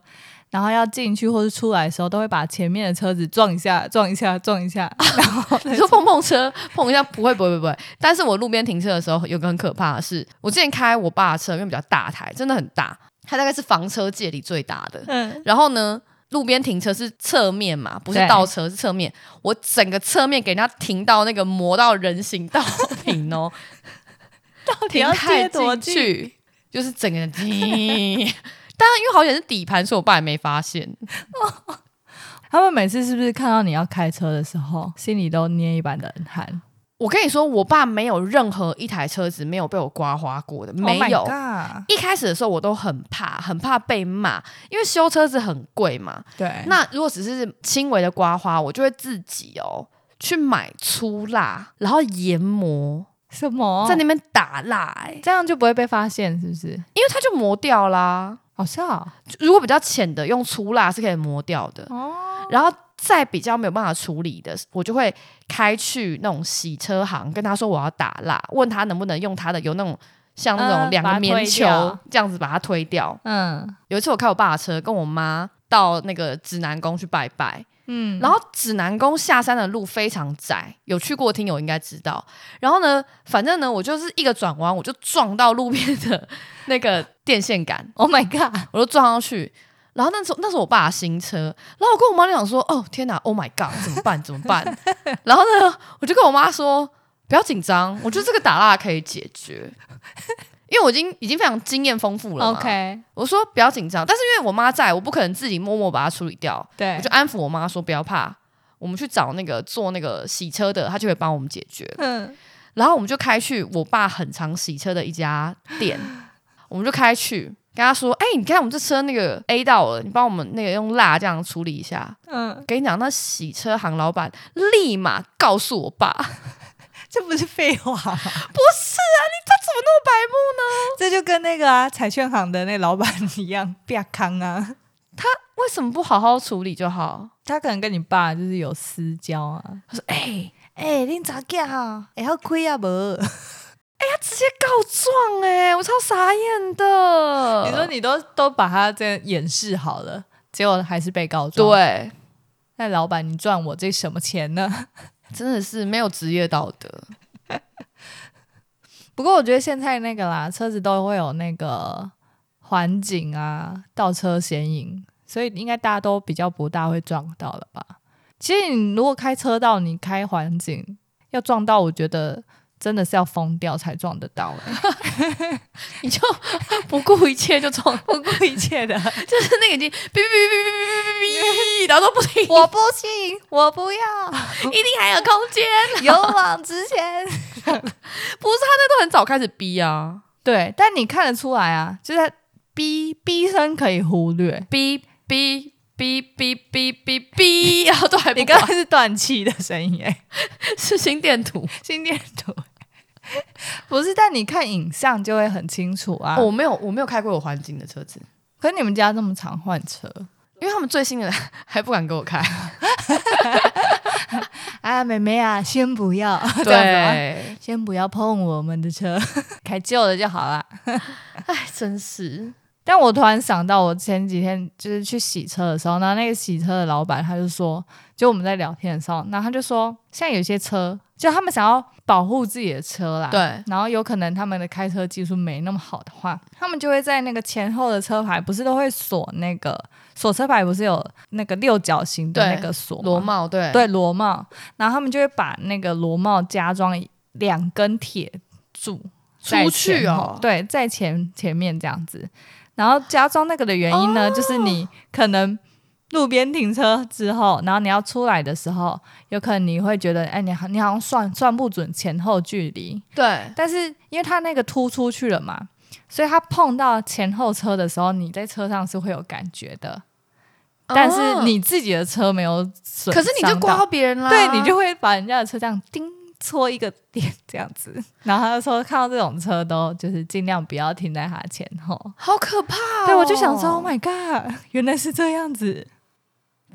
Speaker 3: 然后要进去或是出来的时候，都会把前面的车子撞一下、撞一下、撞一 下，然后
Speaker 2: 你说碰碰车碰一下不会不会不会，但是我路边停车的时候有个很可怕的是，我之前开我爸的车，因为比较大台，真的很大，它大概是房车界里最大的。
Speaker 3: 嗯，
Speaker 2: 然后呢，路边停车是侧面嘛，不是
Speaker 3: 对
Speaker 2: 倒车，是侧面。我整个侧面给人家停到那个磨到人行道 平哦，
Speaker 3: 到底
Speaker 2: 停
Speaker 3: 要
Speaker 2: 太
Speaker 3: 贴多
Speaker 2: 进
Speaker 3: 近？
Speaker 2: 去， 就是整个人当然，因为好险是底盘，所以我爸也没发现。
Speaker 3: 他们每次是不是看到你要开车的时候，心里都捏一把冷汗？
Speaker 2: 我跟你说，我爸没有任何一台车子没有被我刮花过的，没
Speaker 3: Oh my
Speaker 2: 有。
Speaker 3: God
Speaker 2: 一开始的时候我都很怕，很怕被骂，因为修车子很贵嘛。
Speaker 3: 对，
Speaker 2: 那如果只是轻微的刮花，我就会自己哦去买粗蜡，然后研磨，
Speaker 3: 什么
Speaker 2: 在那边打蜡、欸，
Speaker 3: 这样就不会被发现，是不是？
Speaker 2: 因为它就磨掉啦。
Speaker 3: 好笑哦
Speaker 2: 就如果比较浅的，用粗蜡是可以磨掉的。然后再比较没有办法处理的，我就会开去那种洗车行，跟他说我要打蜡，问他能不能用他的有那种像那种
Speaker 3: 嗯
Speaker 2: 两
Speaker 3: 把
Speaker 2: 个
Speaker 3: 它
Speaker 2: 棉
Speaker 3: 推
Speaker 2: 球
Speaker 3: 掉
Speaker 2: 这样子把它推掉。
Speaker 3: 嗯
Speaker 2: 有一次我开我爸的车，跟我妈到那个指南宫去拜拜，
Speaker 3: 嗯，
Speaker 2: 然后指南宫下山的路非常窄，有去过的听友应该知道。然后呢，反正呢，我就是一个转弯，我就撞到路边的 那个电线杆，
Speaker 3: Oh my God，
Speaker 2: 我就撞上去。然后那时候那是我爸的新车，然后我跟我妈就想说，哦天哪，Oh my god，怎么办？怎么办？ 然后呢，我就跟我妈说，不要紧张，我觉得这个打蜡可以解决，因为我已经已经非常经验丰富了嘛。
Speaker 3: OK，
Speaker 2: 我说不要紧张，但是因为我妈在，我不可能自己默默把它处理掉，
Speaker 3: 对
Speaker 2: 我就安抚我妈说不要怕，我们去找那个做那个洗车的，他就会帮我们解决。
Speaker 3: 嗯，
Speaker 2: 然后我们就开去我爸很常洗车的一家店，我们就开去跟他说：“哎、你看我们这车那个 A 到了，你帮我们那个用蜡这样处理一下。”
Speaker 3: 嗯，
Speaker 2: 跟你讲，那洗车行老板立马告诉我爸，
Speaker 3: 这不是废话吗，
Speaker 2: 不是啊，你他怎么那么白目
Speaker 3: 这就跟那个啊彩券行的那老板一样，不要康啊。
Speaker 2: 为什么不好好处理就好？
Speaker 3: 他可能跟你爸就是有私交啊。
Speaker 2: 他说：“哎、
Speaker 3: 哎、恁查囝啊，会晓开啊无？
Speaker 2: 直接告状哎、我超傻眼的。
Speaker 3: 你说你都都把他这掩饰好了，结果还是被告状。，
Speaker 2: 对，
Speaker 3: 那老板，你赚我这什么钱呢？
Speaker 2: 真的是没有职业道德。
Speaker 3: 不过我觉得现在那个啦，车子都会有那个环景啊、倒车显影，所以应该大家都比较不大会撞到了吧？其实你如果开车道，你开环景要撞到，我觉得真的是要疯掉才撞得到、欸，
Speaker 2: 你就不顾一切就撞，
Speaker 3: 不顾一切的。
Speaker 2: 就是那个已经哔哔哔哔哔哔哔哔，然后都不停，
Speaker 3: 我不信，我不要，
Speaker 2: 一定还有空间。
Speaker 3: 勇往直前。
Speaker 2: 不是他那都很早开始逼啊，
Speaker 3: 对，但你看得出来啊，就是他逼逼声可以忽略，
Speaker 2: 逼逼哔哔哔哔 哔，然后哦都还不
Speaker 3: 你刚
Speaker 2: 管
Speaker 3: 才是断气的声音哎，
Speaker 2: 是心电图。
Speaker 3: 心电图。不是，但你看影像就会很清楚啊。
Speaker 2: 哦我没有，我没有开过有环境的车子，
Speaker 3: 可是你们家这么常换车，
Speaker 2: 因为他们最新的 还不敢给我开。
Speaker 3: 啊，妹妹啊，先不 要，这样子吗
Speaker 2: 对，
Speaker 3: 先不要碰我们的车， 开旧的就好了。
Speaker 2: 哎，真是
Speaker 3: 但我突然想到，我前几天就是去洗车的时候，然后那个洗车的老板他就说，就我们在聊天的时候，然后他就说，现在有些车，就他们想要保护自己的车啦，
Speaker 2: 对。
Speaker 3: 然后有可能他们的开车技术没那么好的话，他们就会在那个前后的车牌不是都会锁那个锁车牌，不是有那个六角形的
Speaker 2: 对
Speaker 3: 那个锁吗
Speaker 2: 螺帽，对
Speaker 3: 对螺帽，然后他们就会把那个螺帽加装两根铁柱在
Speaker 2: 出
Speaker 3: 前
Speaker 2: 去
Speaker 3: 后
Speaker 2: 哦，
Speaker 3: 对，在前前面这样子。然后加装那个的原因呢，就是
Speaker 2: 哦
Speaker 3: 你可能路边停车之后，然后你要出来的时候，有可能你会觉得，哎，你好，你好像算算不准前后距离，
Speaker 2: 对
Speaker 3: 但是因为它那个突出去了嘛，所以它碰到前后车的时候，你在车上是会有感觉的，但是
Speaker 2: 哦
Speaker 3: 你自己的车没有损伤到，
Speaker 2: 可是你就刮到别人啦，
Speaker 3: 对你就会把人家的车这样叮搓一个点这样子， 然后他就说看到这种车都就是尽量不要停在他前后。
Speaker 2: 好可怕哦。
Speaker 3: 对，我就想说，Oh my god，原来是这样子，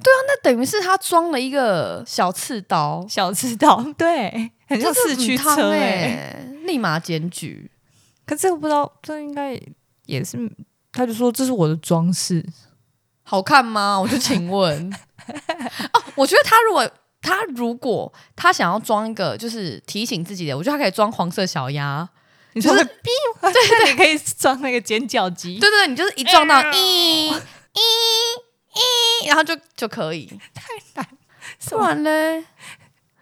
Speaker 2: 那等于是他装了一个小刺刀，
Speaker 3: 小吃道， 对，很像
Speaker 2: 这
Speaker 3: 市
Speaker 2: 很
Speaker 3: 区
Speaker 2: 烫
Speaker 3: 车哎、
Speaker 2: 欸立马检举。
Speaker 3: 可这个不知道，这应该也是，他就说这是我的装饰，
Speaker 2: 好看吗？我就请 问。哦，我觉得他如果他如果他想要装一个就是提醒自己的，我觉得他可以装黄色小鸭。
Speaker 3: 你
Speaker 2: 说
Speaker 3: 说
Speaker 2: 那
Speaker 3: 的逼， 对对，你可以装那个尖角机，
Speaker 2: 对对，对你就是一撞到一一一，然后就就可以。
Speaker 3: 什
Speaker 2: 不
Speaker 3: 么
Speaker 2: 然嘞，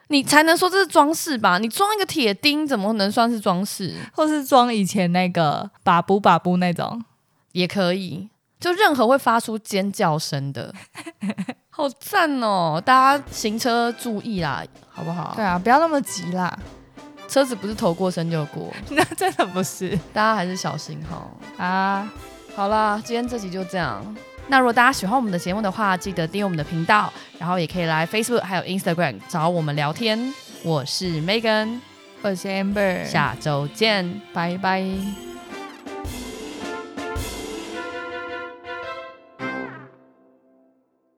Speaker 2: 你才能说这是装饰吧？你装一个铁钉怎么能算是装饰？
Speaker 3: 或是装以前那个把布把布那种，
Speaker 2: 也可以，就任何会发出尖叫声的， 好赞哦！大家行车注意啦，好不好？
Speaker 3: 对啊，不要那么急啦，
Speaker 2: 车子不是头过身就过，
Speaker 3: 那真的不是
Speaker 2: 大家还是小心哈。
Speaker 3: 啊，
Speaker 2: 好啦，今天这集就这样。那如果大家喜欢我们的节目的话，记得订阅我们的频道，然后也可以来 Facebook 还有 Instagram 找我们聊天。我是 Megan，
Speaker 3: 我是 Amber，
Speaker 2: 下周见。
Speaker 3: 拜拜。